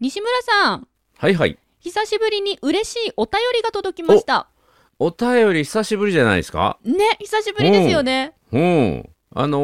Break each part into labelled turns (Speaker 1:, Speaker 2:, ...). Speaker 1: 西村さん、
Speaker 2: はいはい。
Speaker 1: 久しぶりに嬉しいお便りが届きました。
Speaker 2: お便り久しぶりじゃないですか
Speaker 1: ね、久しぶりですよね。
Speaker 2: うん。あの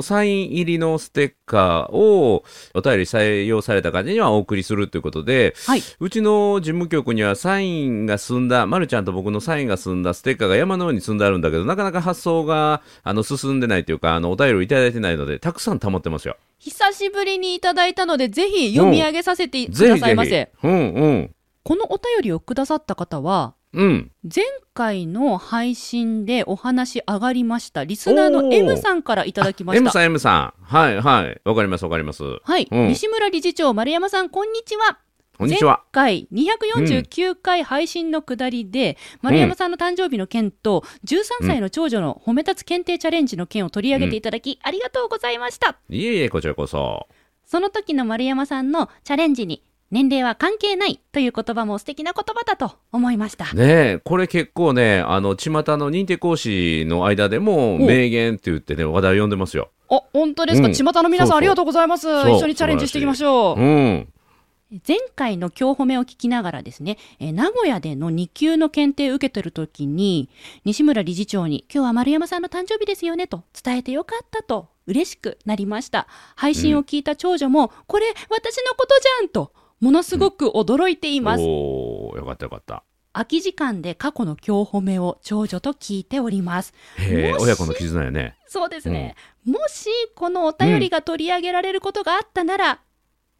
Speaker 2: ーサイン入りのステッカーをお便り採用された方にはお送りするということで、
Speaker 1: はい。
Speaker 2: うちの事務局にはサインが済んだ、まるちゃんと僕のサインが済んだステッカーが山のように積んであるんだけど、なかなか発送があの進んでないというか、あのお便りをいただいてないので、たくさん溜まってますよ。
Speaker 1: 久しぶりにいただいたので、ぜひ読み上げさせてく
Speaker 2: ぜ
Speaker 1: だ
Speaker 2: ひ
Speaker 1: さいませ。
Speaker 2: ぜひ。うんうん。
Speaker 1: このお便りをくださった方は、
Speaker 2: うん。
Speaker 1: 前回の配信でお話上がりました、リスナーの M さんからいただきまし
Speaker 2: M
Speaker 1: た。
Speaker 2: さん M さん。はいはい。わかりますわかります。
Speaker 1: はい、
Speaker 2: うん
Speaker 1: 西村理事長、丸山さん、こんにちは。
Speaker 2: こんにちは。
Speaker 1: 前回249回配信の下りで、丸山さんの誕生日の件と、13歳の長女の褒め立つ検定チャレンジの件を取り上げていただき、ありがとうございました。
Speaker 2: いえいえ、こちらこそ。
Speaker 1: その時の丸山さんのチャレンジに、年齢は関係ないという言葉も素敵な言葉だと思いました。
Speaker 2: ねえ、これ結構ね、あの、巷の認定講師の間でも、
Speaker 1: お
Speaker 2: 名言って言ってね、話題を呼んでますよ。
Speaker 1: あ、本当ですか、
Speaker 2: うん
Speaker 1: 巷の皆さん
Speaker 2: そうそう
Speaker 1: ありがとうございます。
Speaker 2: う
Speaker 1: 一緒にチャレンジしていきましょう
Speaker 2: う。ん。
Speaker 1: 前回の今日褒めを聞きながらですね、えー名古屋での2級の検定を受けてるときに、西村理事長に、今日は丸山さんの誕生日ですよねと伝えてよかったと嬉しくなりました。配信を聞いた長女も、これ私のことじゃんと、ものすごく驚いています。
Speaker 2: おー、よかったよかった。
Speaker 1: 空き時間で過去の今日褒めを長女と聞いております。
Speaker 2: へえ、
Speaker 1: もし
Speaker 2: 親子の絆やね。
Speaker 1: そうですね。もし、このお便りが取り上げられることがあったなら、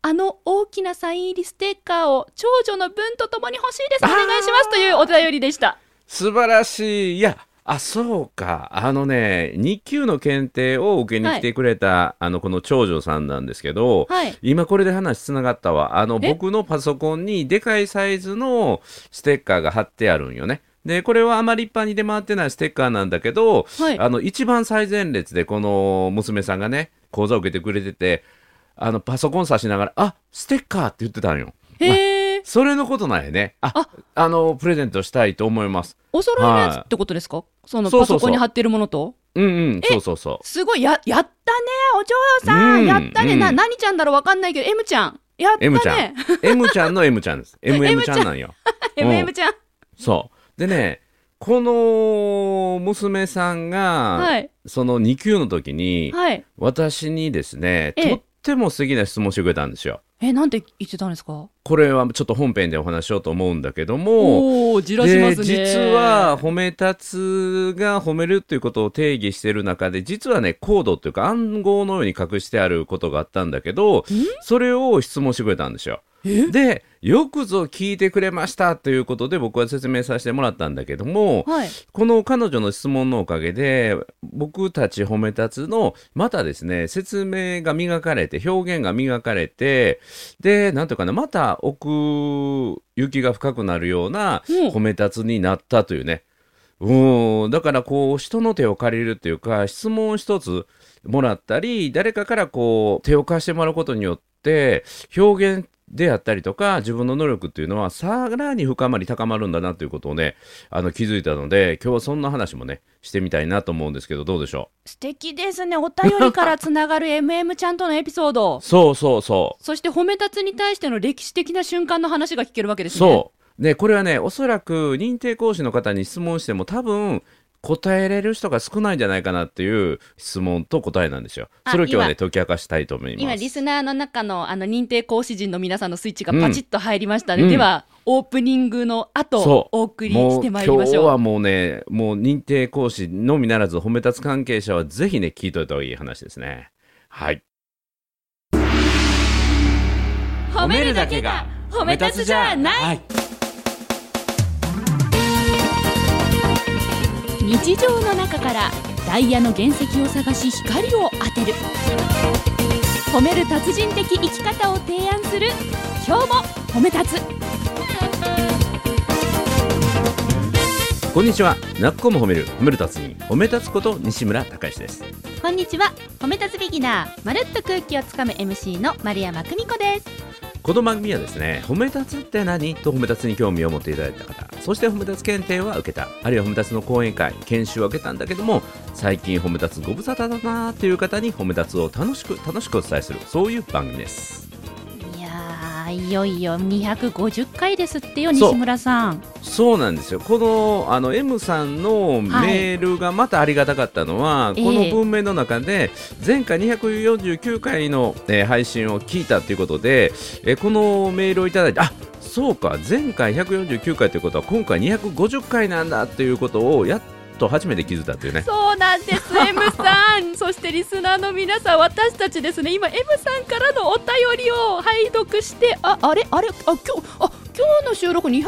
Speaker 1: あの大きなサイン入りステッカーを長女の分とともに欲しいです。お
Speaker 2: あー
Speaker 1: 願いしますというお便りでした。
Speaker 2: 素晴らしい。いや、あ、そうか。あのね、2級の検定を受けに来てくれた、あの、この長女さんなんですけど、
Speaker 1: はい。
Speaker 2: 今これで話つながったわ。あの、
Speaker 1: え
Speaker 2: 僕のパソコンにでかいサイズのステッカーが貼ってあるんよね。で、これはあまり一般に出回ってないステッカーなんだけど、
Speaker 1: はい。
Speaker 2: あの一番最前列でこの娘さんがね講座を受けてくれててあのパソコン差しながら「あステッカー」って言ってたんよ
Speaker 1: へえ、
Speaker 2: それのことなんやねあ
Speaker 1: あ
Speaker 2: あのプレゼントしたいと思います
Speaker 1: お揃いのやつってことですか、その
Speaker 2: そうそ
Speaker 1: パ
Speaker 2: うそう
Speaker 1: ソコンに貼ってるものと
Speaker 2: うんうんそうそうそ
Speaker 1: すごい、や、やったね、お嬢さん、
Speaker 2: うん
Speaker 1: やったね、
Speaker 2: うん
Speaker 1: な、何ちゃんだろうわかんないけど、M ちゃん。やったね。
Speaker 2: M ちゃんう M ちゃんの M ちゃんです MM ちゃんなんようん
Speaker 1: MM ちゃん。
Speaker 2: そうでねこの娘さんが、
Speaker 1: はい。
Speaker 2: その2級の時に、
Speaker 1: はい。
Speaker 2: 私にですね
Speaker 1: ええ
Speaker 2: とっても素敵な質問してくれたんですよ
Speaker 1: え、なんて言ってたんですか
Speaker 2: これはちょっと本編でお話しようと思うんだけども
Speaker 1: おー、じらしま
Speaker 2: です
Speaker 1: ね。
Speaker 2: 実は褒め立つが褒めるということを定義している中で実はねコードというか暗号のように隠してあることがあったんだけどそれを質問してくれたんですよ。でよくぞ聞いてくれましたということで僕は説明させてもらったんだけども
Speaker 1: はい。
Speaker 2: この彼女の質問のおかげで僕たち褒め立つのまたですね説明が磨かれて表現が磨かれてでなんというかなまた奥行きが深くなるような
Speaker 1: うん
Speaker 2: 褒め立つになったというねうんだからこう人の手を借りるっていうか質問一つもらったり誰かからこう手を貸してもらうことによって表現であったりとか自分の能力っていうのはさらに深まり高まるんだなということをねあの気づいたので今日はそんな話もねしてみたいなと思うんですけどどうでしょ
Speaker 1: 素敵ですね。お便りからつながる MM ちゃんとのエピソード
Speaker 2: う。そうそうそ
Speaker 1: そして褒め立つに対しての歴史的な瞬間の話が聞けるわけ
Speaker 2: う
Speaker 1: ですね。
Speaker 2: そうねこれはねおそらく認定講師の方に質問しても多分答えれる人が少ないんじゃないかなっていう質問と答えなんですよ
Speaker 1: あ
Speaker 2: それを今日はね
Speaker 1: 今
Speaker 2: 解き明かしたいと思います
Speaker 1: 今、リスナーの中のあの認定講師陣の皆さんのスイッチがパチッと入りましたね。
Speaker 2: うん
Speaker 1: では、オープニングの後
Speaker 2: そ、う
Speaker 1: お送りしてまいりまし
Speaker 2: もう今日
Speaker 1: ょう。
Speaker 2: はもうねもう認定講師のみならず褒め立つ関係者はぜひね聞いといた方がいい話ですねはい
Speaker 1: い日常の中からダイヤの原石を探し光を当てる褒める達人的生き方を提案する今日も褒め立つ
Speaker 2: こんにちはなっこも褒める褒める達人褒め立つこと西村隆之です
Speaker 1: こんにちは褒め立つビギナーまるっと空気をつかむ MC の丸山久美子です
Speaker 2: この番組はですね褒め立つって何と褒め立つに興味を持っていただいた方そして褒め立つ検定は受けたあるいは褒め立つの講演会研修は受けたんだけども最近褒め立つご無沙汰だなーっていう方に褒め立つを楽しく楽しくお伝えするそういう番組です
Speaker 1: いやあいよいよ250回ですってよ
Speaker 2: そう
Speaker 1: 西村さん
Speaker 2: そうなんですよこのあの M さんのメールがまたありがたかったのは、
Speaker 1: ええ
Speaker 2: この文明の中で前回249回の、えー配信を聞いたということで、えーこのメールをいただいてあそうか前回149回ということは今回250回なんだということをやっと初めて気づいたというね
Speaker 1: そうなんです M さんそしてリスナーの皆さん私たちですね今 M さんからのお便りを拝読してああれあれあ今日あ今日の収録250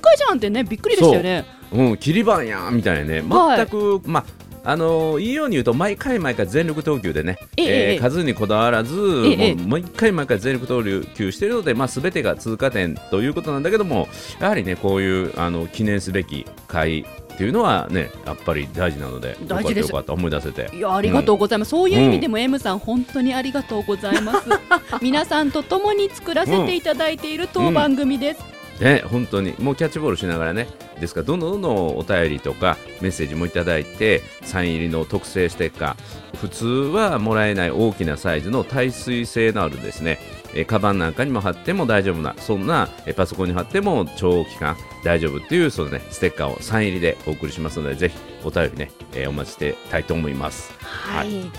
Speaker 1: 回じゃんってねびっくりでしたよね
Speaker 2: うん、切り板やんみたいなね、
Speaker 1: はい
Speaker 2: 全く、まああのーいいように言うと、毎回毎回全力投球でね、
Speaker 1: ええええ
Speaker 2: 数にこだわらず、
Speaker 1: ええええ
Speaker 2: もう毎回毎回全力投球しているので、まあ、全てが通過点ということなんだけども、やはりね、こういうあの記念すべき会っていうのはね、やっぱり大事なので、
Speaker 1: 大事です
Speaker 2: よかった、よかった、思い出せて。
Speaker 1: いやありがとうございます、そういう意味でも M さん、本当にありがとうございます 皆さんと共に作らせていただいている当番組です、
Speaker 2: ね、本当にもうキャッチボールしながらねですからどんどんどんどんお便りとかメッセージもいただいてサイン入りの特製ステッカー普通はもらえない大きなサイズの耐水性のあるですねえーカバンなんかにも貼っても大丈夫なそんなえーパソコンに貼っても長期間大丈夫っていうそのねステッカーをサイン入りでお送りしますのでぜひお便りね、えーお待ちしてたいと思います
Speaker 1: はいい、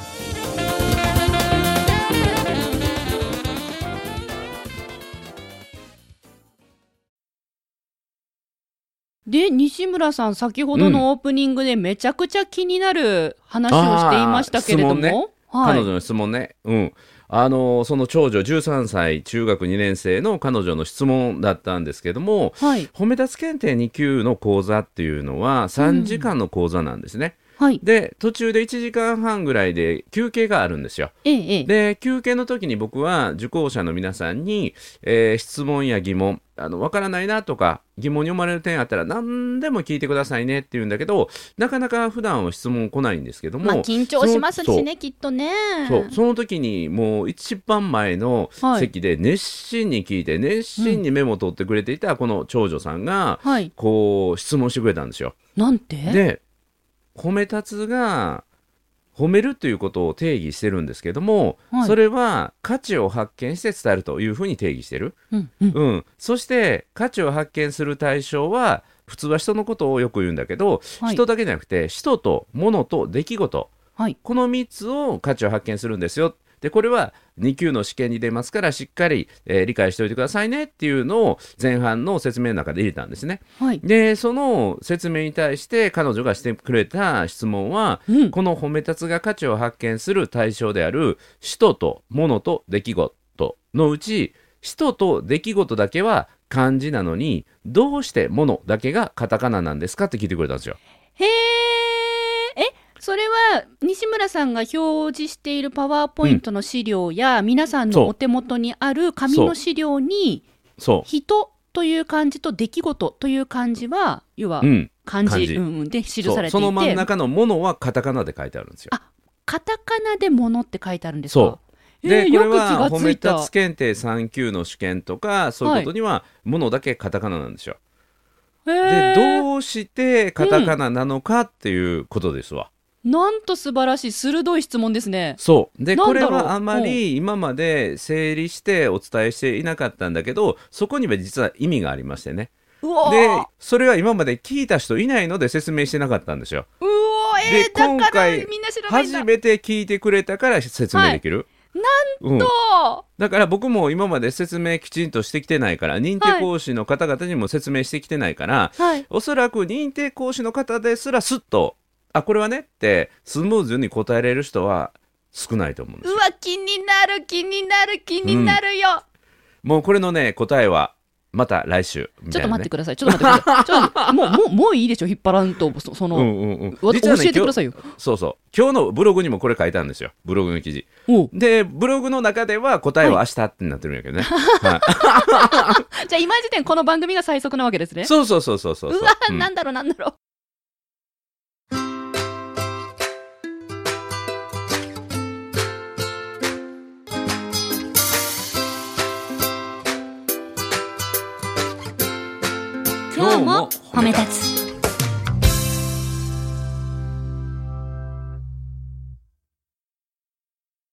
Speaker 1: で西村さん、先ほどのオープニングでめちゃくちゃ気になる話をしていましたけれども、
Speaker 2: あー質問ね
Speaker 1: は
Speaker 2: 彼
Speaker 1: い、
Speaker 2: 女の質問ね、うん、あのその長女13歳中学2年生の彼女の質問だったんですけども
Speaker 1: はい、
Speaker 2: 褒め立つ検定2級の講座っていうのは3時間の講座なんですね、
Speaker 1: はい、
Speaker 2: で途中で1時間半ぐらいで休憩があるんですよ
Speaker 1: ええ、ええ、
Speaker 2: で休憩の時に僕は受講者の皆さんに、えー質問や疑問あのわからないなとか疑問に思われる点あったら何でも聞いてくださいねって言うんだけどなかなか普段は質問来ないんですけども、
Speaker 1: まあ緊張しますしね、きっとね。
Speaker 2: そうその時にもう一番前の席で熱心に聞いて、熱心にメモを取ってくれていたこの長女さんが
Speaker 1: はい、
Speaker 2: こう質問してくれたんですよ。
Speaker 1: なんて、
Speaker 2: で褒め立つが褒めるということを定義してるんですけども、
Speaker 1: はい
Speaker 2: それは価値を発見して伝えるというふうに定義してる、
Speaker 1: うんうん、
Speaker 2: うん、そして価値を発見する対象は普通は人のことをよく言うんだけど、
Speaker 1: はい
Speaker 2: 人だけじゃなくて人と物と出来事
Speaker 1: はい、
Speaker 2: この3つを価値を発見するんですよ。でこれは2級の試験に出ますからしっかり、えー理解しておいてくださいねっていうのを前半の説明の中で入れたんですね。
Speaker 1: はい、
Speaker 2: でその説明に対して彼女がしてくれた質問は、
Speaker 1: うん
Speaker 2: この褒め立つが価値を発見する対象である人と物と出来事のうち人と出来事だけは漢字なのにどうして物だけがカタカナなんですかって聞いてくれたんですよ。
Speaker 1: へーえそれは西村さんが表示しているパワーポイントの資料や、皆さん
Speaker 2: そ
Speaker 1: の
Speaker 2: う
Speaker 1: お手元にある紙
Speaker 2: そう
Speaker 1: の資料に
Speaker 2: そ
Speaker 1: 「人」という漢字と「出来事」という漢字は要は
Speaker 2: う、うん、
Speaker 1: 漢字,、
Speaker 2: 漢字
Speaker 1: うんうん、で記
Speaker 2: そう
Speaker 1: されて
Speaker 2: そ
Speaker 1: い
Speaker 2: の真ん
Speaker 1: て
Speaker 2: 中のものはカタカナで書いてあるんですよ。
Speaker 1: あカタカナで「もの」って書いてあるんです
Speaker 2: そ
Speaker 1: か
Speaker 2: うで、
Speaker 1: えー
Speaker 2: これ
Speaker 1: よく気
Speaker 2: は
Speaker 1: が
Speaker 2: 褒
Speaker 1: つ
Speaker 2: め
Speaker 1: いた
Speaker 2: 立つ検定3級の試験とかそういうことにはものだけカタカナなんですよ。
Speaker 1: へー
Speaker 2: でどうしてカタカナなのかっていうことですわ。
Speaker 1: なんと素晴らしい鋭い質問ですね。
Speaker 2: そうで
Speaker 1: なん
Speaker 2: こ
Speaker 1: だろ
Speaker 2: れ
Speaker 1: う
Speaker 2: はあまり今まで整理してお伝えしていなかったんだけどそこには実は意味がありましてね。
Speaker 1: うおー
Speaker 2: でそれは今まで聞いた人いないので説明してなかったんですよ。
Speaker 1: うおーえ
Speaker 2: で
Speaker 1: ー、だ
Speaker 2: 今
Speaker 1: から
Speaker 2: 回
Speaker 1: みんな知らないんだ
Speaker 2: 初めて聞いてくれたから説明できる。なんと
Speaker 1: と
Speaker 2: だから僕も今まで説明きちんとしてきてないから認定講師の方々にも説明してきてないから、
Speaker 1: はい
Speaker 2: おそらく認定講師の方ですらすっとあこれはねってスムーズに答えれる人は少ないと思うんです
Speaker 1: う
Speaker 2: よ
Speaker 1: わ気になる気になる気になるよ、
Speaker 2: もうこれのね答えはまた来週み
Speaker 1: ち
Speaker 2: た
Speaker 1: ょっと
Speaker 2: いな、
Speaker 1: 待っ
Speaker 2: ね
Speaker 1: て、くださいちょっと待ってくださいちょっ ともうもうもういいでしょ引っ張らんとそその、
Speaker 2: うんうんうん、
Speaker 1: わ
Speaker 2: 実はね
Speaker 1: 教えてくださいよ
Speaker 2: 今日そうそう今日のブログにもこれ書いたんですよブログの記事
Speaker 1: おう
Speaker 2: でブログの中では答えは明日ってなってるん やけどね、は
Speaker 1: じゃあ今時点この番組が最速なわけですね
Speaker 2: い、そうそうそうそうそうそう
Speaker 1: わ、
Speaker 2: うん
Speaker 1: なんだろうなんだろう
Speaker 2: 今日も褒め
Speaker 1: 立つ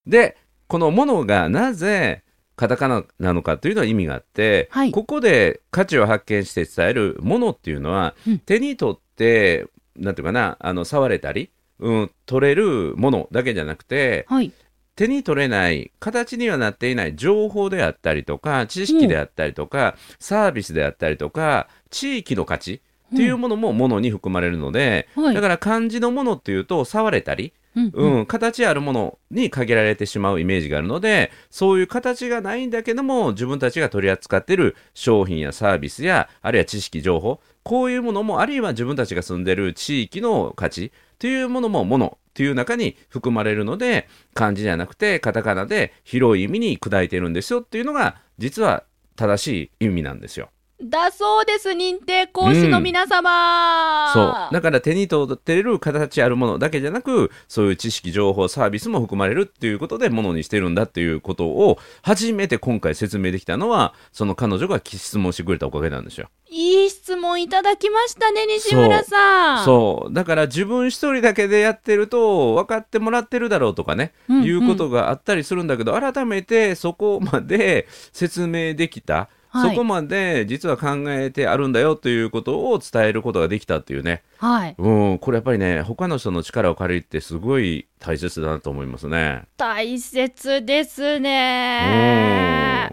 Speaker 2: でこのものがなぜカタカナなのかというのは意味があって、
Speaker 1: はい
Speaker 2: ここで価値を発見して伝えるものっていうのは、
Speaker 1: うん
Speaker 2: 手に取ってなんていうかなあの触れたり、うん、取れるものだけじゃなくて
Speaker 1: はい。
Speaker 2: 手に取れない形にはなっていない情報であったりとか知識であったりとか、サービスであったりとか地域の価値っていうものもものに含まれるので、
Speaker 1: うんはい
Speaker 2: だから漢字のものっていうと触れたり、
Speaker 1: うんうん
Speaker 2: うん、形あるものに限られてしまうイメージがあるのでそういう形がないんだけども自分たちが取り扱っている商品やサービスやあるいは知識情報こういうものもあるいは自分たちが住んでる地域の価値というものもものという中に含まれるので漢字じゃなくてカタカナで広い意味に砕いてるんですよっていうのが実は正しい意味なんですよ。
Speaker 1: だそうです、認定講師の皆様、
Speaker 2: そうだから手に取ってる形あるものだけじゃなくそういう知識情報サービスも含まれるっていうことでものにしてるんだっていうことを初めて今回説明できたのはその彼女が質問してくれたおかげなんですよ。
Speaker 1: いい質問いただきましたね、西村さん。
Speaker 2: そうだから自分一人だけでやってると分かってもらってるだろうとかね、
Speaker 1: うんうん
Speaker 2: いうことがあったりするんだけど改めてそこまで説明できた、
Speaker 1: はい
Speaker 2: そこまで実は考えてあるんだよということを伝えることができたっていうね
Speaker 1: はい。
Speaker 2: うん、これやっぱりね、他の人の力を借りるってすごい大切だなと思いますね。
Speaker 1: 大切です
Speaker 2: うん
Speaker 1: ね。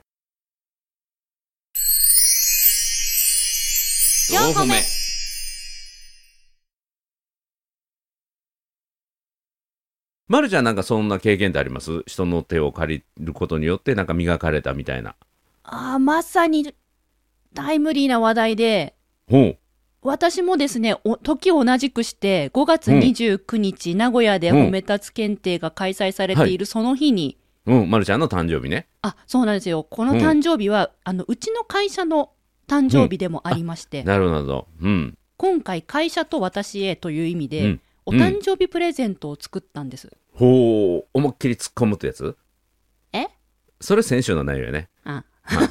Speaker 1: 四個目
Speaker 2: まるちゃんなんかそんな経験ってあります人の手を借りることによってなんか磨かれたみたいな。
Speaker 1: あーまさにタイムリーな話題で、
Speaker 2: ほう。
Speaker 1: 私もですね、お時を同じくして、5月
Speaker 2: うん
Speaker 1: 29日、名古屋で
Speaker 2: うん
Speaker 1: 褒め立つ検定が開催されているその日に、
Speaker 2: うん、まるちゃんの誕生日ね。
Speaker 1: あ、そうなんですよ。この
Speaker 2: うん
Speaker 1: 誕生日は、あの、うちの会社の誕生日でもありまして、
Speaker 2: なるほどなるほど。うん。
Speaker 1: 今回会社と私へという意味で、
Speaker 2: うん
Speaker 1: お誕生日プレゼントを作ったんです。
Speaker 2: ほう。思いっきり突っ込むってやつ
Speaker 1: え
Speaker 2: それ先週の内容や ね。
Speaker 1: あ
Speaker 2: はい。はい、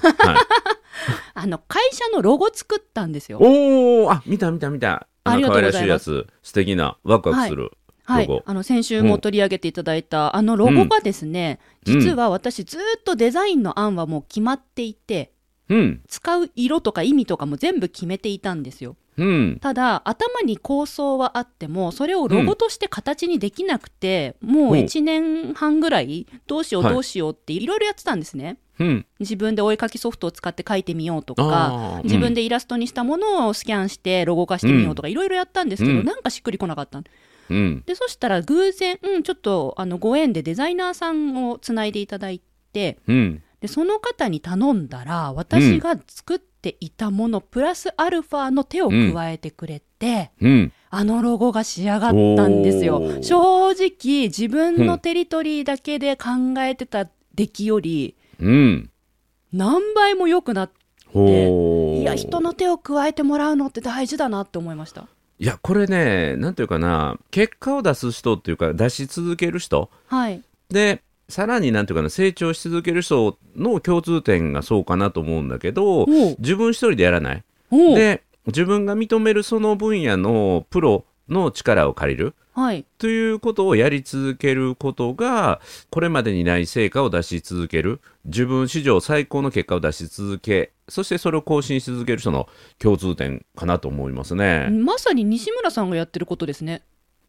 Speaker 1: あの、会社のロゴ作ったんですよ。
Speaker 2: おーあ、見た見た見た。
Speaker 1: ありがとうございます
Speaker 2: 可愛らしいやつ。素敵な。ワクワクする。
Speaker 1: はい
Speaker 2: ロゴ。
Speaker 1: あの、先週も取り上げていただいた、あのロゴがですね、
Speaker 2: うん
Speaker 1: 実は私ずーっとデザインの案はもう決まっていて、
Speaker 2: うん。
Speaker 1: 使う色とか意味とかも全部決めていたんですよ。
Speaker 2: うん。
Speaker 1: ただ、頭に構想はあっても、それをロゴとして形にできなくて、もう1年半ぐらい、どうしよう
Speaker 2: はい
Speaker 1: どうしようっていろいろやってたんですね。
Speaker 2: うん。
Speaker 1: 自分でお絵かきソフトを使って描いてみようと
Speaker 2: あ
Speaker 1: か
Speaker 2: ーうん
Speaker 1: 自分でイラストにしたものをスキャンしてロゴ化してみようとかいろいろやったんですけど、
Speaker 2: うん
Speaker 1: なんかしっくりこなかったの
Speaker 2: うん。
Speaker 1: でそしたら偶然、うん、ちょっとあのご縁でデザイナーさんをつないでいただいて
Speaker 2: うん。
Speaker 1: でその方に頼んだら私が作っていたもの、プラスアルファの手を加えてくれて、
Speaker 2: うん。
Speaker 1: あのロゴが仕上がったんですよ
Speaker 2: おー
Speaker 1: 正直自分のテリトリーだけで考えてた出来より
Speaker 2: うん。
Speaker 1: 何倍も良くなって
Speaker 2: ほう
Speaker 1: いや人の手を加えてもらうのって大事だなって思いました。
Speaker 2: いやこれねなんていうかな結果を出す人っていうか出し続ける人
Speaker 1: はい、
Speaker 2: でさらになんていうかな成長し続ける人の共通点がそうかなと思うんだけど
Speaker 1: おう
Speaker 2: 自分一人でやらない
Speaker 1: おう
Speaker 2: で自分が認めるその分野のプロの力を借りる
Speaker 1: はい、
Speaker 2: ということをやり続けることがこれまでにない成果を出し続ける自分史上最高の結果を出し続けそしてそれを更新し続ける人の共通点かなと思いますね。
Speaker 1: まさに西村さんがやってることですね。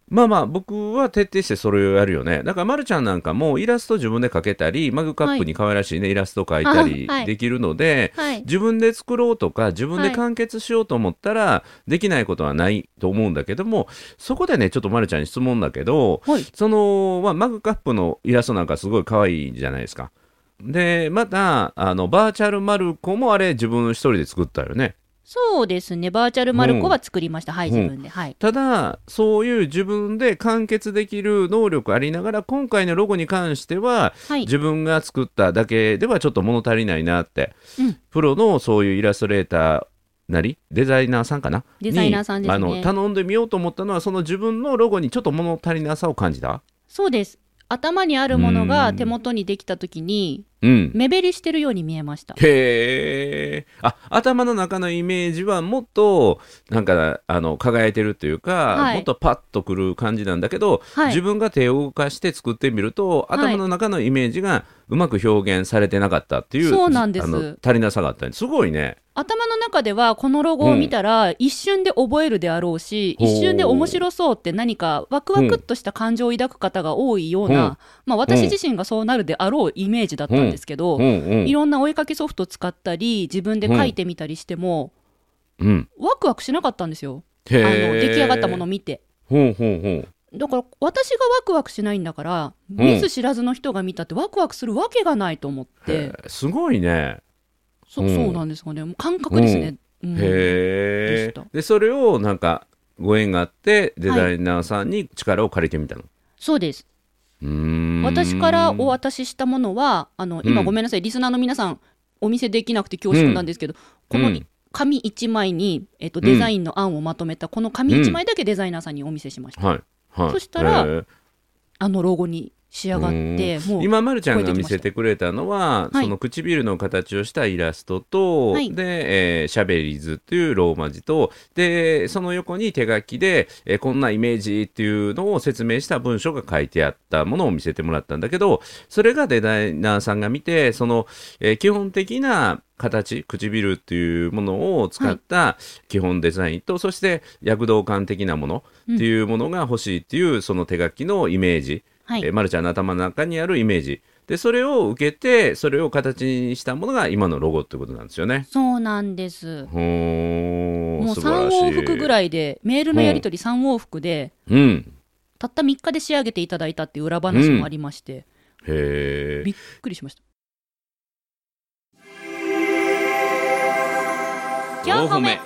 Speaker 2: まあまあ僕は徹底してそれをやるよねだからまるちゃんなんかもイラスト自分で描けたりマグカップに可愛らしいね、イラスト描いたり
Speaker 1: あはい
Speaker 2: できるので、
Speaker 1: はい、
Speaker 2: 自分で作ろうとか自分で
Speaker 1: はい
Speaker 2: 完結しようと思ったらできないことはないと思うんだけどもそこでねちょっとまるちゃんに質問だけど
Speaker 1: はい、
Speaker 2: その、まあ、マグカップのイラストなんかすごい可愛いじゃないですかでまたあのバーチャルマルコもあれ自分一人で作ったよね
Speaker 1: そうですね。バーチャルマルコは作りました。はい、
Speaker 2: うん
Speaker 1: 自分で、はい、
Speaker 2: ただそういう自分で完結できる能力ありながら今回のロゴに関しては
Speaker 1: はい、
Speaker 2: 自分が作っただけではちょっと物足りないなって、
Speaker 1: うん
Speaker 2: プロのそういうイラストレーターなりデザイナーさんかな
Speaker 1: デザイナーさんですね
Speaker 2: にあの頼んでみようと思ったのはその自分のロゴにちょっと物足りなさを感じた
Speaker 1: そうです。頭にあるもの
Speaker 2: う
Speaker 1: が
Speaker 2: ん
Speaker 1: 手元にできた時に
Speaker 2: うん。
Speaker 1: 目減りしてるように見えました
Speaker 2: へえ。あ、頭の中のイメージはもっと、なんか、あの、輝いてるっていうか、
Speaker 1: はい
Speaker 2: もっとパッとくる感じなんだけど、
Speaker 1: はい
Speaker 2: 自分が手を動かして作ってみると、
Speaker 1: はい
Speaker 2: 頭の中のイメージがうまく表現されてなかったっていう、
Speaker 1: そうなんです
Speaker 2: あの足りなさがあったりすごいね。
Speaker 1: 頭の中ではこのロゴを見たら一瞬で覚えるであろうし、
Speaker 2: ほう
Speaker 1: 一瞬で面白そうって何かワクワクっとした感情を抱く方が多いような、
Speaker 2: うん
Speaker 1: まあ、私自身がそうなるであろうイメージだったんですけど、
Speaker 2: うんうん。
Speaker 1: いろんなお絵かきソフト使ったり自分で書いてみたりしても、
Speaker 2: うん。
Speaker 1: ワクワクしなかったんですよ
Speaker 2: へ
Speaker 1: あの
Speaker 2: え。
Speaker 1: 出来上がったものを見て。
Speaker 2: ほうほうほう。
Speaker 1: だから私がワクワクしないんだから、
Speaker 2: ん
Speaker 1: 見ず知らずの人が見たってワクワクするわけがないと思って
Speaker 2: へえすごいね。
Speaker 1: そ,、
Speaker 2: うん
Speaker 1: そうなんですかねもう感覚ですね。うんで
Speaker 2: へ
Speaker 1: し
Speaker 2: え
Speaker 1: た。
Speaker 2: で、それをなんか、ご縁があって、デザイナーさんに力を借りてみたの。
Speaker 1: そうです
Speaker 2: うーん
Speaker 1: 私からお渡ししたものはあの今
Speaker 2: うん
Speaker 1: ごめんなさい、リスナーの皆さんお見せできなくて恐縮なんですけど、この
Speaker 2: うん
Speaker 1: 紙1枚に、えっと、
Speaker 2: ん
Speaker 1: デザインの案をまとめたこの紙1枚だけデザイナーさんにお見せしました、
Speaker 2: はい。はい、
Speaker 1: そしたら
Speaker 2: へー
Speaker 1: あのロゴに仕上がってもう
Speaker 2: 今まるちゃんが見せてくれたのは
Speaker 1: はい
Speaker 2: その唇の形をしたイラストと、
Speaker 1: はい
Speaker 2: で、えー、シャベリーズっていうローマ字とでその横に手書きで、えーこんなイメージっていうのを説明した文章が書いてあったものを見せてもらったんだけどそれがデザイナーさんが見てその、えー基本的な形唇っていうものを使った基本デザインと、そして躍動感的なものっていうものが欲しいっていう、その手書きのイメージ
Speaker 1: はい
Speaker 2: えー、まるちゃんの頭の中にあるイメージでそれを受けてそれを形にしたものが今のロゴってことなんですよね。
Speaker 1: そうなんです
Speaker 2: ほー
Speaker 1: もう
Speaker 2: 素晴
Speaker 1: 3
Speaker 2: らしい
Speaker 1: 往復ぐ
Speaker 2: い、
Speaker 1: らいでメールのやり取り3往復で、
Speaker 2: うん、
Speaker 1: たった3日で仕上げていただいたっていう裏話もありまして、
Speaker 2: へえ
Speaker 1: びっくりしました4個目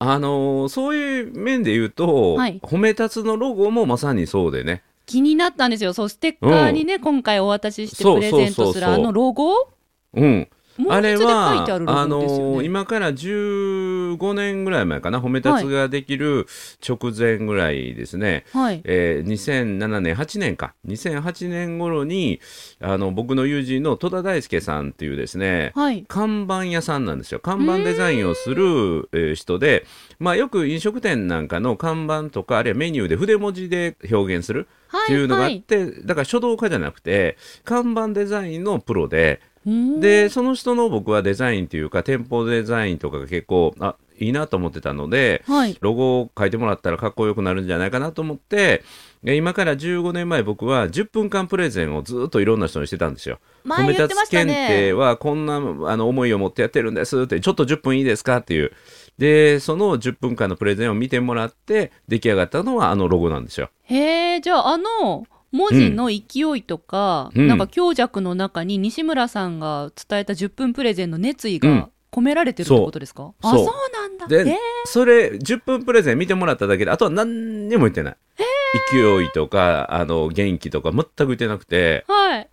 Speaker 2: あのーそういう面で言うと、
Speaker 1: はい
Speaker 2: 褒め立つのロゴもまさにそうでね
Speaker 1: 気になったんですよそうステッカーにね、今回お渡しして
Speaker 2: そう
Speaker 1: プレゼントする
Speaker 2: そうそう
Speaker 1: あ
Speaker 2: そう
Speaker 1: のロゴ
Speaker 2: うん、
Speaker 1: もう
Speaker 2: あ
Speaker 1: 筆
Speaker 2: れ
Speaker 1: で書いて
Speaker 2: は
Speaker 1: あるロゴですよね、
Speaker 2: のー今から15年ぐらい前かな褒め立つができる直前ぐらいですね、
Speaker 1: はい
Speaker 2: えー2007年8年か2008年頃にあの僕の友人の戸田大輔さんっていうですね
Speaker 1: はい
Speaker 2: 看板屋さんなんですよ看板デザインをする、えー人で、まあ、よく飲食店なんかの看板とかあるいはメニューで筆文字で表現するっ
Speaker 1: は
Speaker 2: ていうのがあ
Speaker 1: は
Speaker 2: っ
Speaker 1: い
Speaker 2: て、だから書道家じゃなくて看板デザインのプロで
Speaker 1: うーん
Speaker 2: でその人の僕はデザインというか店舗デザインとかが結構あいいなと思ってたので、
Speaker 1: はい
Speaker 2: ロゴを書いてもらったらかっこよくなるんじゃないかなと思って、え今から15年前僕は10分間プレゼンをずっといろんな人にしてたんですよ。
Speaker 1: 前言ってま
Speaker 2: つ
Speaker 1: した
Speaker 2: 検定
Speaker 1: ね
Speaker 2: はこんなあの思いを持ってやってるんですって、ちょっと10分いいですかっていう。で、その10分間のプレゼンを見てもらって出来上がったのはあのロゴなんですよ。
Speaker 1: へえじゃああの文字の勢いとか、
Speaker 2: うん
Speaker 1: なんか強弱の中に西村さんが伝えた10分プレゼンの熱意
Speaker 2: うん
Speaker 1: が込められてるってことですか、あ
Speaker 2: そ
Speaker 1: そううなんだ
Speaker 2: で
Speaker 1: えー、
Speaker 2: それ10分プレゼン見てもらっただけで、あとは何にも言ってない。勢いとか、あの、元気とか全く言ってなくて、
Speaker 1: はい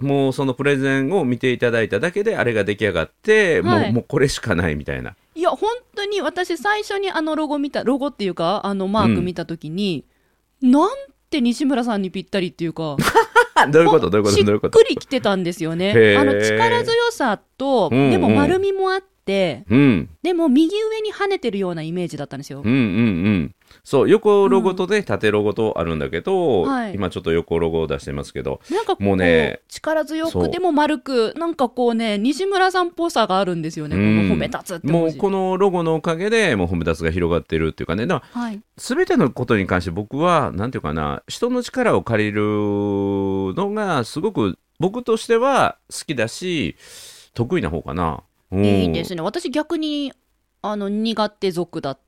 Speaker 2: もうそのプレゼンを見ていただいただけであれが出来上がって、
Speaker 1: は
Speaker 2: もう
Speaker 1: い
Speaker 2: もうこれしかないみたいな。
Speaker 1: いや本当に私最初にあのロゴ見たロゴっていうかあのマーク見た時に、なんて西村さんにぴったりっていうか
Speaker 2: どういうことどういうこと
Speaker 1: し
Speaker 2: どういうこ
Speaker 1: っ
Speaker 2: と
Speaker 1: くりきてたんですよね
Speaker 2: へー
Speaker 1: あの力強さと、
Speaker 2: うんうん
Speaker 1: でも丸みもあって
Speaker 2: うん
Speaker 1: でも右上に跳ねてるようなイメージだったんですよ
Speaker 2: うんうんうん。そう横ロゴとね、縦ロゴとあるんだけど、
Speaker 1: はい
Speaker 2: 今ちょっと横ロゴを出してますけど、
Speaker 1: なんかこう
Speaker 2: もうね
Speaker 1: 力強
Speaker 2: そう
Speaker 1: くでも丸くなんかこうね西村さんっぽさがあるんですよねこ
Speaker 2: うん
Speaker 1: の褒め立つって
Speaker 2: も
Speaker 1: 文
Speaker 2: う
Speaker 1: 字
Speaker 2: このロゴのおかげでもう褒め立つが広がってるっていうかねだから
Speaker 1: はい、
Speaker 2: 全てのことに関して僕はなんていうかな人の力を借りるのがすごく僕としては好きだし得意な方かな。うん
Speaker 1: いいですね私逆にあの苦手族だっ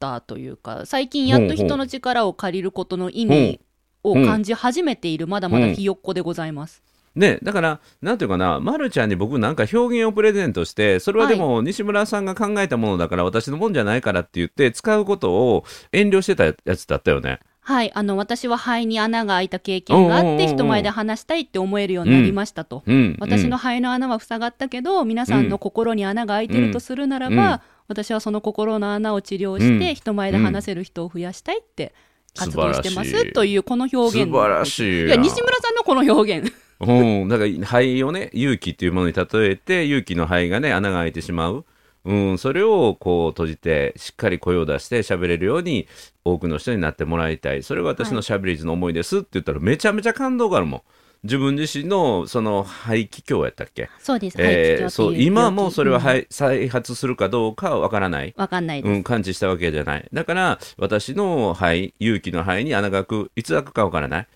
Speaker 1: たというか最近やっと人の力を借りることの意味を感じ始めているまだまだひよっこでございます、
Speaker 2: ね、だから、なんていうかな、ま、るちゃんに僕、なんか表現をプレゼントして、それはでも、西村さんが考えたものだから、私のもんじゃないからって言って、使うことを遠慮してたやつだったよね。
Speaker 1: はいあの私は肺に穴が開いた経験があっ
Speaker 2: おうおうおう
Speaker 1: て人前で話したいって思えるようになりましたと、
Speaker 2: うん。
Speaker 1: 私
Speaker 2: う
Speaker 1: の
Speaker 2: ん
Speaker 1: 肺の穴は塞がったけど皆さんの心に穴が開いてるとするならば、
Speaker 2: うん
Speaker 1: 私はその心の穴を治療して、
Speaker 2: うん
Speaker 1: 人前で話せる人を増やしたいって活動してま
Speaker 2: 素晴らし
Speaker 1: す
Speaker 2: い
Speaker 1: というこの表現
Speaker 2: 素晴らしい
Speaker 1: いや西村さんのこの表現
Speaker 2: うん、だから肺をね勇気っていうものに例えて勇気の肺がね穴が開いてしまう、うん、それをこう閉じてしっかり声を出して喋れるように多くの人になってもらいたいそれが私のしゃべり図の思いですって言ったらめちゃめちゃ感動があるもん自分自身のその肺気胸やったっけ、
Speaker 1: そうです、
Speaker 2: えーそう今もそれは、
Speaker 1: い
Speaker 2: 肺再発するかどうかはわからない
Speaker 1: わかんないです、
Speaker 2: うん、感知したわけじゃない。だから、私の肺、勇気の肺に穴が開く、いつ開くかわからない。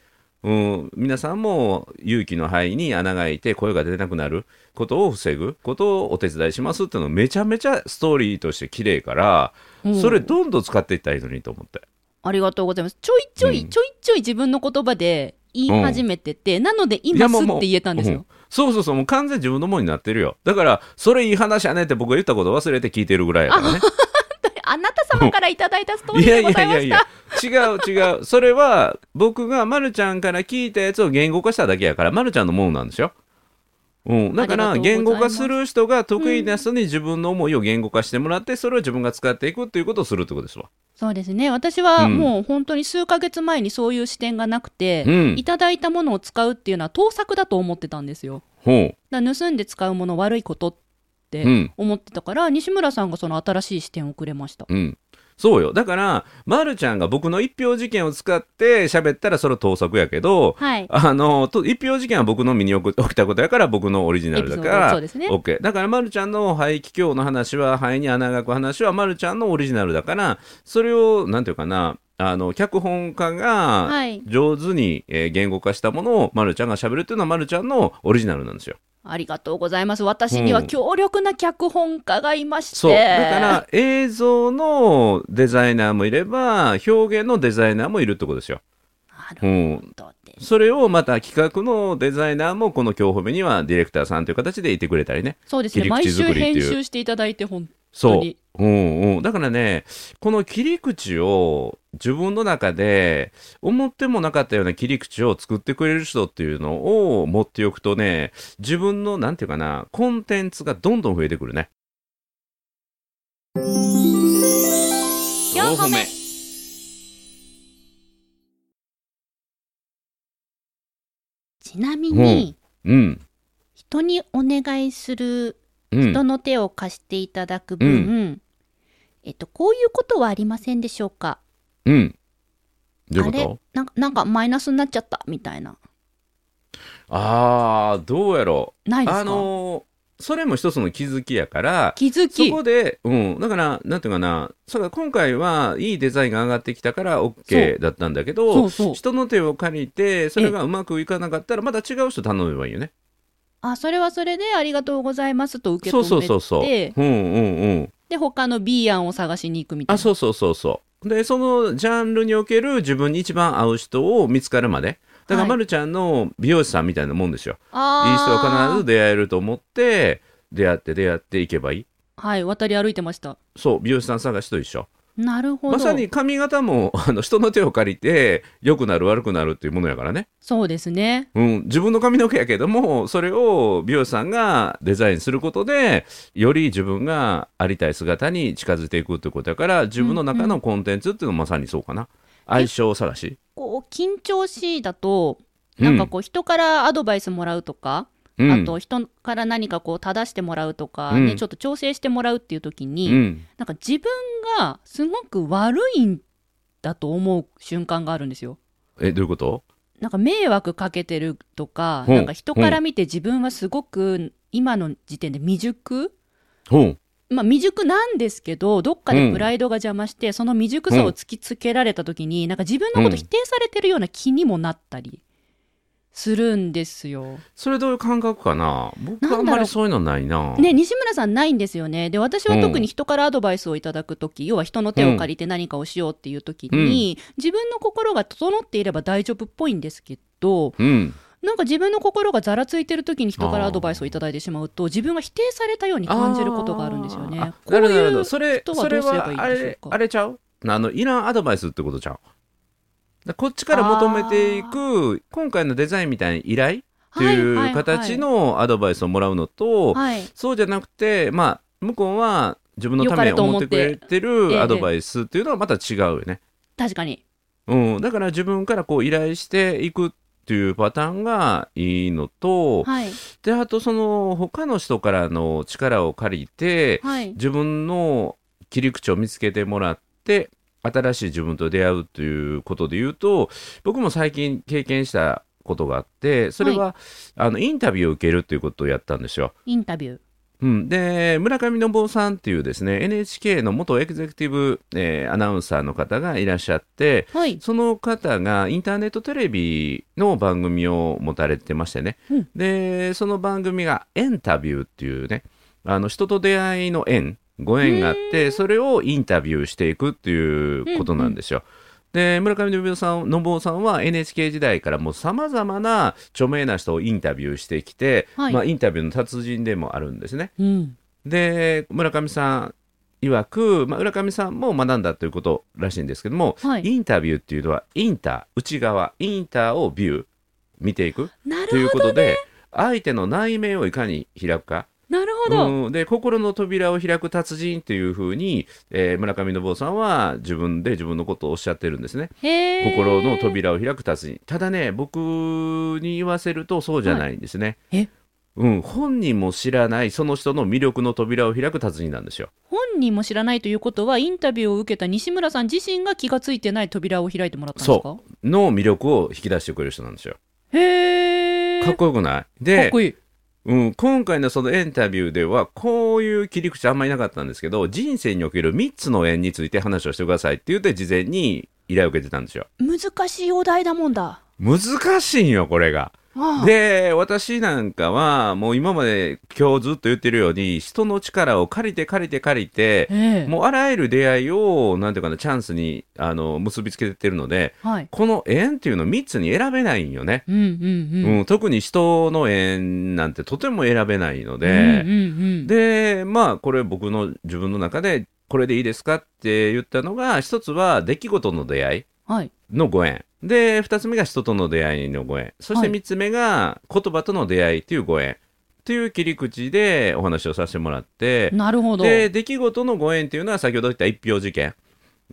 Speaker 2: うん、皆さんも勇気の肺に穴が開いて声が出なくなることを防ぐことをお手伝いしますっていうのめちゃめちゃストーリーとして綺麗から、
Speaker 1: うん
Speaker 2: それどんどん使っていったらいいのにと思って。
Speaker 1: ありがとうございますちょいちょい、
Speaker 2: うん
Speaker 1: ちょいちょい自分の言葉で言い始めてて、なので今す
Speaker 2: も
Speaker 1: っ
Speaker 2: うもう
Speaker 1: て言えたんです
Speaker 2: う
Speaker 1: よ、
Speaker 2: そうそうそう、もう完全に自分のものになってるよ。だから、それいい話やねって僕が言ったこと忘れて聞いてるぐらいやからね。
Speaker 1: あなた様からいただいたストーリー
Speaker 2: いや
Speaker 1: で
Speaker 2: い
Speaker 1: ござ
Speaker 2: や
Speaker 1: い
Speaker 2: い
Speaker 1: ま
Speaker 2: や
Speaker 1: し
Speaker 2: い
Speaker 1: た
Speaker 2: や、違う違う。それは僕がまるちゃんから聞いたやつを言語化しただけやから、まるちゃんのものなんですよ。うん、だか
Speaker 1: あ
Speaker 2: ら
Speaker 1: りがと
Speaker 2: 言
Speaker 1: うござ
Speaker 2: 語
Speaker 1: いま
Speaker 2: 化
Speaker 1: す
Speaker 2: する人が得意な人に自分の思いを言語化してもらって、それを自分が使っていくっていうことをするってことですわ。
Speaker 1: そうですね私は
Speaker 2: うん
Speaker 1: もう本当に数ヶ月前にそういう視点がなくて、
Speaker 2: うん
Speaker 1: いただいたものを使うっていうのは盗作だと思ってたんですよ
Speaker 2: ほ
Speaker 1: だから盗んで使うもの悪いことって
Speaker 2: うん
Speaker 1: 思ってたから、西村さんがその新しい視点をくれました
Speaker 2: う。うん。そうよ。だから、まるちゃんが僕の一票事件を使って喋ったらそれは盗作やけど、
Speaker 1: はい
Speaker 2: あのと一票事件は僕の身に起こ起きたことやから僕のオリジナルだか
Speaker 1: エピソード
Speaker 2: ら
Speaker 1: そうですね
Speaker 2: OK だからまるちゃんの肺気胸の話は肺に穴が開く話はまるちゃんのオリジナルだからそれをなんていうかなあの脚本家が
Speaker 1: はい
Speaker 2: 上手に、えー言語化したものをまるちゃんが喋るっていうのはまるちゃんのオリジナルなんですよ。
Speaker 1: ありがとうございます私には強力な脚本家がいまして、
Speaker 2: そうだから映像のデザイナーもいれば表現のデザイナーもいるってことですよ。
Speaker 1: な
Speaker 2: う
Speaker 1: る
Speaker 2: ん、
Speaker 1: ほどです
Speaker 2: それをまた企画のデザイナーもこの今日褒めにはディレクターさんという形でいてくれたりね
Speaker 1: そうですね
Speaker 2: 切り
Speaker 1: 毎
Speaker 2: 口
Speaker 1: 週
Speaker 2: 作りっていう
Speaker 1: 編集していただいて本当
Speaker 2: そ
Speaker 1: に
Speaker 2: う、うんうん、だからねこの切り口を自分の中で思ってもなかったような切り口を作ってくれる人っていうのを持っておくとね自分のなんていうかなコンテンツがどんどん増えてくるね。
Speaker 1: 4歩目ちなみに、
Speaker 2: うん
Speaker 1: 人にお願いする
Speaker 2: う
Speaker 1: 人
Speaker 2: ん、
Speaker 1: の手を貸していただく分、
Speaker 2: う
Speaker 1: えっと、こういうことはありませんでしょうか
Speaker 2: うん、どういう
Speaker 1: あ
Speaker 2: こ
Speaker 1: れ
Speaker 2: と
Speaker 1: なんかなんかマイナスになっちゃったみたいな
Speaker 2: ああーどうやろ
Speaker 1: な
Speaker 2: う
Speaker 1: いですか、
Speaker 2: あのーそれも一つの気づきやから
Speaker 1: 気づ
Speaker 2: そ
Speaker 1: き
Speaker 2: こで、うん、だから、なんていうかな、そうか今回はいいデザインが上がってきたから
Speaker 1: そう
Speaker 2: OK だったんだけど、
Speaker 1: そうそう
Speaker 2: 人の手を借りて、それがうまくいかなかったら、また違う人頼めばいいよね。
Speaker 1: あそれはそれでありがとうございますと受け止
Speaker 2: そ
Speaker 1: め
Speaker 2: う
Speaker 1: て
Speaker 2: そうそうそう。うんうんうん。
Speaker 1: で他の B 案を探しに行くみたいな
Speaker 2: あ、そうそうそうそう。で、そのジャンルにおける自分に一番合う人を見つかるまで。だから、
Speaker 1: はい
Speaker 2: まるちゃんの美容師さんみたいなもんですよ。いい
Speaker 1: あー
Speaker 2: 人は必ず出会えると思って、出会って出会っていけばいい。
Speaker 1: はい渡り歩いてました
Speaker 2: そう、美容師さん探しと一緒。
Speaker 1: なるほど
Speaker 2: まさに髪型もあの人の手を借りて良くなる悪くなるっていうものやからね、
Speaker 1: そうですね
Speaker 2: うん、自分の髪の毛やけどもそれを美容師さんがデザインすることでより自分がありたい姿に近づいていくってことやから自分の中のコンテンツっていうのはまさにそうかな、相性探し、
Speaker 1: こう緊張しいだと
Speaker 2: うん
Speaker 1: なんかこう人からアドバイスもらうとか、
Speaker 2: うん、
Speaker 1: あと人から何かこう正してもらうとか、
Speaker 2: うん
Speaker 1: ねちょっと調整してもらうっていう時
Speaker 2: う
Speaker 1: に、
Speaker 2: ん、
Speaker 1: なんか自分がすごく悪いんだと思う瞬間があるんですよ。
Speaker 2: えどういうこと
Speaker 1: なんか迷惑かけてるとか、
Speaker 2: ほう
Speaker 1: なんか人から見て自分はすごく今の時点で未熟、
Speaker 2: ほう
Speaker 1: まあ未熟なんですけど、どっかでプライドが邪魔して、その未熟さを突きつけられた時に、なんか自分のこと否定されてるような気にもなったりするんですよ。
Speaker 2: それどういう感覚かな
Speaker 1: なんだ
Speaker 2: 僕
Speaker 1: ろう
Speaker 2: あんまりそういうのないな
Speaker 1: ね、西村さんないんですよね。で、私は特に人からアドバイスをいただくとき、要は人の手を借りて何かをしようっていうときに、自分の心が整っていれば大丈夫っぽいんですけど、
Speaker 2: うん
Speaker 1: なんか自分の心がざらついてるときに人からアドバイスをいただいてしまうと、自分が否定されたように感じることがあるんですよね
Speaker 2: あ。ー
Speaker 1: こう
Speaker 2: なるほどなる
Speaker 1: い
Speaker 2: ほ
Speaker 1: う
Speaker 2: ど。それ、
Speaker 1: 人は
Speaker 2: そ
Speaker 1: ど
Speaker 2: れ
Speaker 1: うすれ
Speaker 2: は
Speaker 1: ばいい
Speaker 2: あ
Speaker 1: でしょう
Speaker 2: れ
Speaker 1: か、
Speaker 2: あれちゃうあの、いらんアドバイスってことちゃうだこっちから求めていく、今回のデザインみたいに依頼っていう形のアドバイスをもらうの
Speaker 1: は
Speaker 2: と、
Speaker 1: い、はいはい
Speaker 2: そうじゃなくて、まあ、向こうは自分のために思ってくれて
Speaker 1: ってええ
Speaker 2: るアドバイスっていうのはまた違うよね。
Speaker 1: 確かに。
Speaker 2: うん、だから自分からこう依頼していくっていうパターンがいいのと、
Speaker 1: はい。
Speaker 2: であとその他の人からの力を借りて
Speaker 1: はい。
Speaker 2: 自分の切り口を見つけてもらって新しい自分と出会うということで言うと僕も最近経験したことがあってそれは、あのインタビューを受けるということをやったんですよ。
Speaker 1: インタビュー。
Speaker 2: うん、で村上信夫さんっていうですね NHK の元エグゼクティブ、えーアナウンサーの方がいらっしゃって、
Speaker 1: はい。
Speaker 2: その方がインターネットテレビの番組を持たれてましてね、
Speaker 1: うん
Speaker 2: でその番組が「エンタビュー」っていうねあの人と出会いの縁ご縁があってそれをインタビューしていくっていうことなんですよ。で村上信夫さん信夫さんは NHK 時代からもうさまざまな著名な人をインタビューしてきて、
Speaker 1: はい
Speaker 2: まあ、インタビューの達人でもあるんですね。
Speaker 1: うん。
Speaker 2: で村上さん曰く、まあ、村上さんも学んだということらしいんですけども、
Speaker 1: はい
Speaker 2: インタビューっていうのはインター内側インターをビュー見ていく
Speaker 1: な
Speaker 2: とい
Speaker 1: る
Speaker 2: う
Speaker 1: ほ
Speaker 2: こ
Speaker 1: ど。
Speaker 2: とで、相手の内面をいかに開くか、
Speaker 1: なるほど。
Speaker 2: うんで心の扉を開く達人っていうふうに、えー村上信夫さんは自分で自分のことをおっしゃってるんですね。
Speaker 1: へえ。
Speaker 2: 心の。扉を開く達人ただね僕に言わせるとそうじゃないんですね、
Speaker 1: はいえ
Speaker 2: うん、本人も知らないその人の魅力の扉を開く達人なんですよ
Speaker 1: 本人も知らないということは、インタビューを受けた西村さん自身が気がついてない扉を開いてもらったんですか
Speaker 2: その魅力を引き出してくれる人なんですよ
Speaker 1: へえ。
Speaker 2: かっこよくな
Speaker 1: か
Speaker 2: い
Speaker 1: っ
Speaker 2: で
Speaker 1: こいい。
Speaker 2: うん、今回のそのインタビューではこういう切り口あんまりなかったんですけど人生における3つの縁について話をしてくださいって言って事前に依頼を受けてたんですよ
Speaker 1: 難しいお題だもんだ。
Speaker 2: 難しいんよこれが
Speaker 1: ああ
Speaker 2: で私なんかはもう今まで今日ずっと言ってるように人の力を借りて借りて借りて
Speaker 1: ええ。
Speaker 2: もうあらゆる出会いをなんていうかなチャンスにあの結びつけてるので
Speaker 1: はい。
Speaker 2: この縁っていうのを3つに選べないんよね、
Speaker 1: うんうん
Speaker 2: う
Speaker 1: うんん。
Speaker 2: 特に人の縁なんてとても選べないの
Speaker 1: う
Speaker 2: で、
Speaker 1: んうんうん、
Speaker 2: でまあこれ僕の自分の中でこれでいいですかって言ったのが一つは出来事の出会い
Speaker 1: はい。
Speaker 2: のご縁で2つ目が人との出会いのご縁そして
Speaker 1: はい
Speaker 2: 3つ目が言葉との出会いというご縁という切り口でお話をさせてもらって
Speaker 1: なるほど。
Speaker 2: で出来事のご縁っていうのは先ほど言った一票事件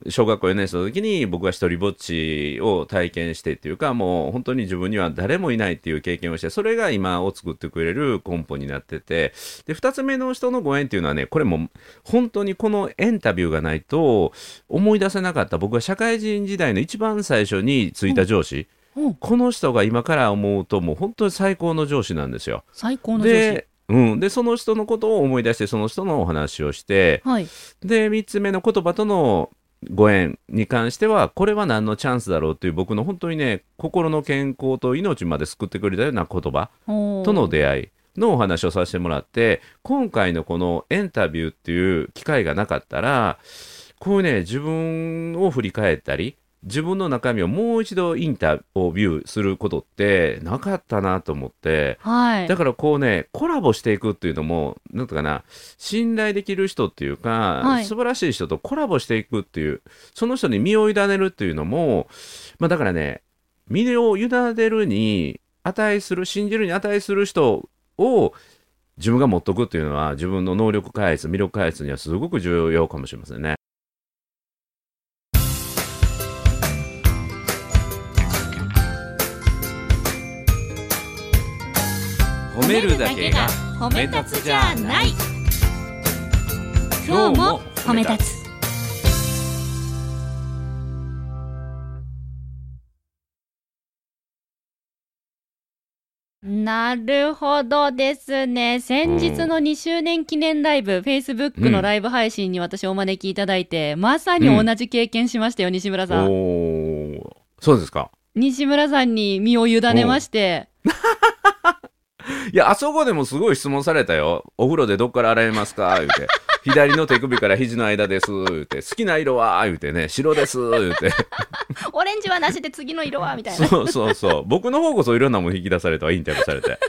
Speaker 2: 小学校4年生の時に僕は一人ぼっちを体験してっていうかもう本当に自分には誰もいないっていう経験をしてそれが今を作ってくれる根本になっててで2つ目の人のご縁っていうのはねこれも本当にこのインタビューがないと思い出せなかった僕は社会人時代の一番最初についた上司、
Speaker 1: うん
Speaker 2: この人が今から思うともう本当に最高の上司なんですよ。
Speaker 1: 最高の上司。
Speaker 2: でうん、でその人のことを思い出してその人のお話をして
Speaker 1: はい。
Speaker 2: で3つ目の言葉とのご縁に関してはこれは何のチャンスだろうという僕の本当にね心の健康と命まで救ってくれたような言葉
Speaker 1: と
Speaker 2: との出会いのお話をさせてもらって今回のこのインタビューっていう機会がなかったらこういうね自分を振り返ったり自分の中身をもう一度インタビューすることってなかったなと思って
Speaker 1: はい。
Speaker 2: だからこうねコラボしていくっていうのもなんとかな信頼できる人っていうか、
Speaker 1: はい
Speaker 2: 素晴らしい人とコラボしていくっていうその人に身を委ねるっていうのも、まあ、だからね身を委ねるに値する信じるに値する人を自分が持っとくっていうのは自分の能力開発魅力開発にはすごく重要かもしれませんね。褒
Speaker 1: 褒
Speaker 2: め立つじゃない今日も褒め立
Speaker 1: つなるほどですね先日の2周年記念ライブ、Facebook のライブ配信に私お招きいただいて、まさに同じ経験しましたよ、西村さん
Speaker 2: おーそうですか
Speaker 1: 西村さんに身を委ねまして
Speaker 2: いや、あそこでもすごい質問されたよ。お風呂でどっから洗えますか言うて。左の手首から肘の間です。言うて。好きな色は言うてね。白です。言うて。
Speaker 1: オレンジはなしで次の色は みたいな
Speaker 2: そうそうそう。僕の方こそいろんなもん引き出されたわ。インタビューされて。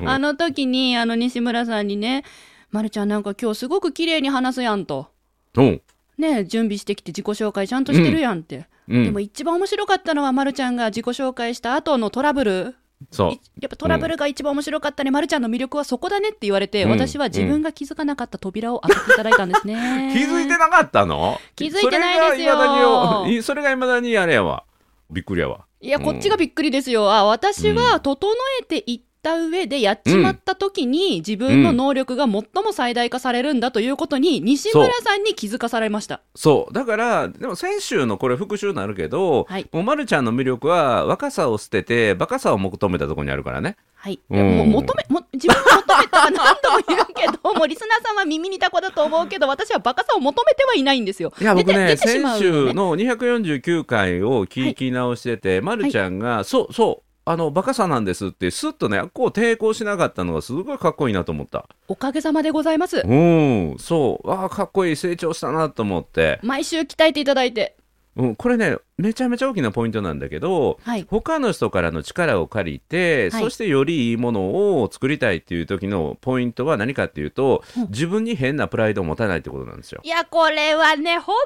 Speaker 2: うん
Speaker 1: あの時にあの西村さんにね「まるちゃんなんか今日すごく綺麗に話すやん」と
Speaker 2: うん。
Speaker 1: 「ね準備してきて自己紹介ちゃんとしてるやん」って、
Speaker 2: う
Speaker 1: でも
Speaker 2: ん。
Speaker 1: 一番面白かったのはまるちゃんが自己紹介した後のトラブル
Speaker 2: そう
Speaker 1: いやっぱトラブルが一番面白かったね、まるちゃんの魅力はそこだねって言われて、
Speaker 2: うん
Speaker 1: 私は自分が気づかなかった扉を開けていただいたん ですね。
Speaker 2: 気づいてなかったの
Speaker 1: 気づいてないですよ
Speaker 2: それが未だによそれがいまだにあれやわびっくりやわ
Speaker 1: いや、こっちがびっくりですよ。あ、私は整えていった上でやっちまった時に、自分の能力が最も最大化されるんだということに、西村さんに気づかされました。
Speaker 2: そうだからでも先週のこれ復習になるけど、
Speaker 1: はい
Speaker 2: もうまるちゃんの魅力は若さを捨ててバカさを求めたところにあるからね
Speaker 1: はい。
Speaker 2: うん
Speaker 1: いやもう求め、も自分を求めたは何度も言うけど、もうリスナーさんは耳にタコだと思うけど、私はバカさを求めてはいないんですよ。
Speaker 2: いや
Speaker 1: 出
Speaker 2: 僕
Speaker 1: て
Speaker 2: ね
Speaker 1: 出てし
Speaker 2: 先
Speaker 1: まう
Speaker 2: 週
Speaker 1: よね。
Speaker 2: の249回を聞き直してて、まるちゃんが、そうそうあのバカさなんですってすっとねこう抵抗しなかったのがすごいかっこいいなと思った
Speaker 1: おかげさまでございます。
Speaker 2: うんそうああかっこいい成長したなと思って、
Speaker 1: 毎週鍛えていただいて。
Speaker 2: うん、これねめちゃめちゃ大きなポイントなんだけど
Speaker 1: はい。
Speaker 2: 他の人からの力を借りて、
Speaker 1: はい
Speaker 2: そしてよりいいものを作りたいっていう時のポイントは何かっていうと、
Speaker 1: うん
Speaker 2: 自分に変なプライドを持たないってことなんですよ。
Speaker 1: いや、これはね、本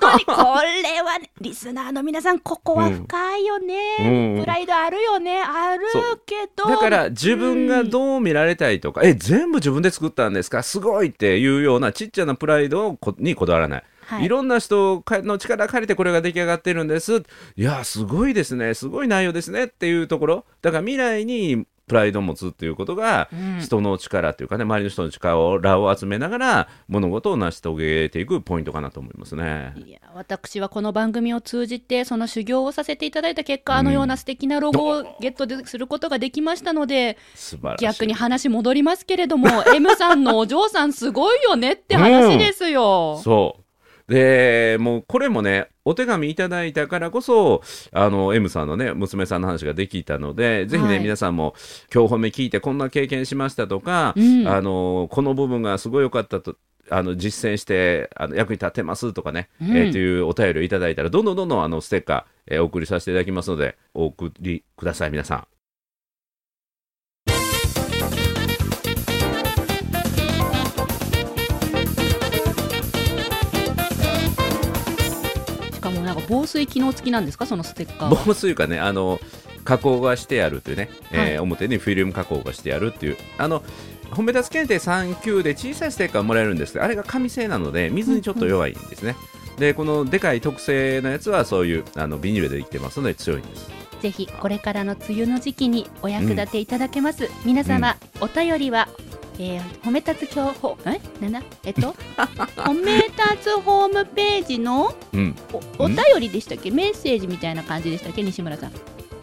Speaker 1: 当にこれはね、リスナーの皆さん、ここは深いよね。
Speaker 2: うん
Speaker 1: プライドあるよね。ある
Speaker 2: そう
Speaker 1: けど。
Speaker 2: だから自分がどう見られたいとか、え全部自分で作ったんですかすごいっていうようなちっちゃなプライドをこにこだわらない、、
Speaker 1: はいい、
Speaker 2: ろんな人かの力借りてこれが出来上がってるんですいやすごいですねすごい内容ですねっていうところだから未来にプライドを持つっていうことが
Speaker 1: うん
Speaker 2: 人の力っていうかね、周りの人の力を集めながら物事を成し遂げていくポイントかなと思いますね。
Speaker 1: いや私はこの番組を通じてその修行をさせていただいた結果あのような素敵なロゴをゲットですることができましたので
Speaker 2: 素晴らしい
Speaker 1: 逆に話戻りますけれども M さんのお嬢さんすごいよねって話ですよ。
Speaker 2: そう。で、もうこれもね、お手紙いただいたからこそ、あの、M さんのね、娘さんの話ができたので、ぜひね、
Speaker 1: はい
Speaker 2: 皆さんも、今日褒め聞いてこんな経験しましたとか、
Speaker 1: うん
Speaker 2: あの、この部分がすごい良かったと、あの、実践して、あの、役に立てますとかね、
Speaker 1: うん
Speaker 2: えーというお便りをいただいたら、どんどんどんどん、あの、ステッカー、えーお送りさせていただきますので、お送りください、皆さん。
Speaker 1: しかもなんか防水機能付きなんですかそのステッカーは。
Speaker 2: 防水かねあの加工がしてあるというね、
Speaker 1: は
Speaker 2: え
Speaker 1: い
Speaker 2: ー表にフィルム加工がしてあるっていうあの褒め立つ検定3級で小さいステッカーもらえるんですけどあれが紙製なので水にちょっと弱いんですね、でこのでかい特製のやつはそういうあのビニールでできてますので強いんです
Speaker 1: ぜひこれからの梅雨の時期にお役立ていただけます、皆様、お便りは、えー、褒め立つ教法えななえっと 褒め立つホームページの
Speaker 2: うん
Speaker 1: おお便りでしたっけメッセージみたいな感じでしたっけ西村さん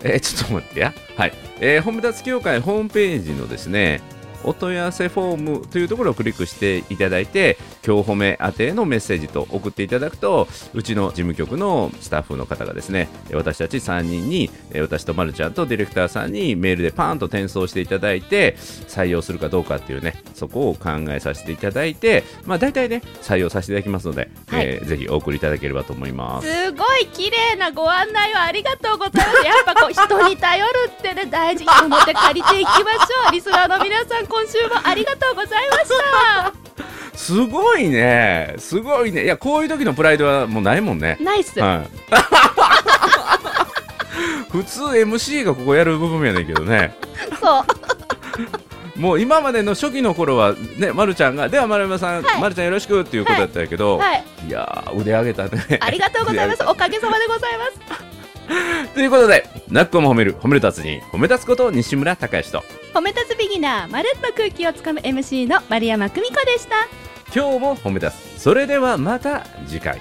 Speaker 2: えーちょっと待ってやはい、えー、褒め立つ協会ホームページのですねお問い合わせフォームというところをクリックしていただいて今日褒め宛てのメッセージと送っていただくとうちの事務局のスタッフの方がですねえー私たち3人にえー私とまるちゃんとディレクターさんにメールでパーンと転送していただいて採用するかどうかっていうねそこを考えさせていただいてまあ大体ね採用させていただきますので、
Speaker 1: はい
Speaker 2: えーぜひお送りいただければと思います。
Speaker 1: すごい綺麗なご案内をありがとうございますやっぱこう人に頼るって ね大事に思って借りていきましょうリスナーの皆さん今週もありがとうございま した
Speaker 2: すごいねすごいねいやこういう時のプライドはもうない もんね
Speaker 1: ナイス、
Speaker 2: はい、普通 MC がここやる部分やねんけどね
Speaker 1: そう
Speaker 2: もう今までの初期の頃はね、ま、るちゃんが「では丸山さん、
Speaker 1: はい
Speaker 2: まるちゃんよろしく」っていうことやったんやけど、
Speaker 1: はい
Speaker 2: い、やー腕上げたね
Speaker 1: ありがとうご ざいますおかげさまでございます
Speaker 2: ということで「なっこも褒める褒め立つに褒め立つこと西村隆之と
Speaker 1: 褒め立つビギナーまるっと空気をつかむ MC の丸山久美子でした
Speaker 2: 今日も褒め立つそれではまた次回。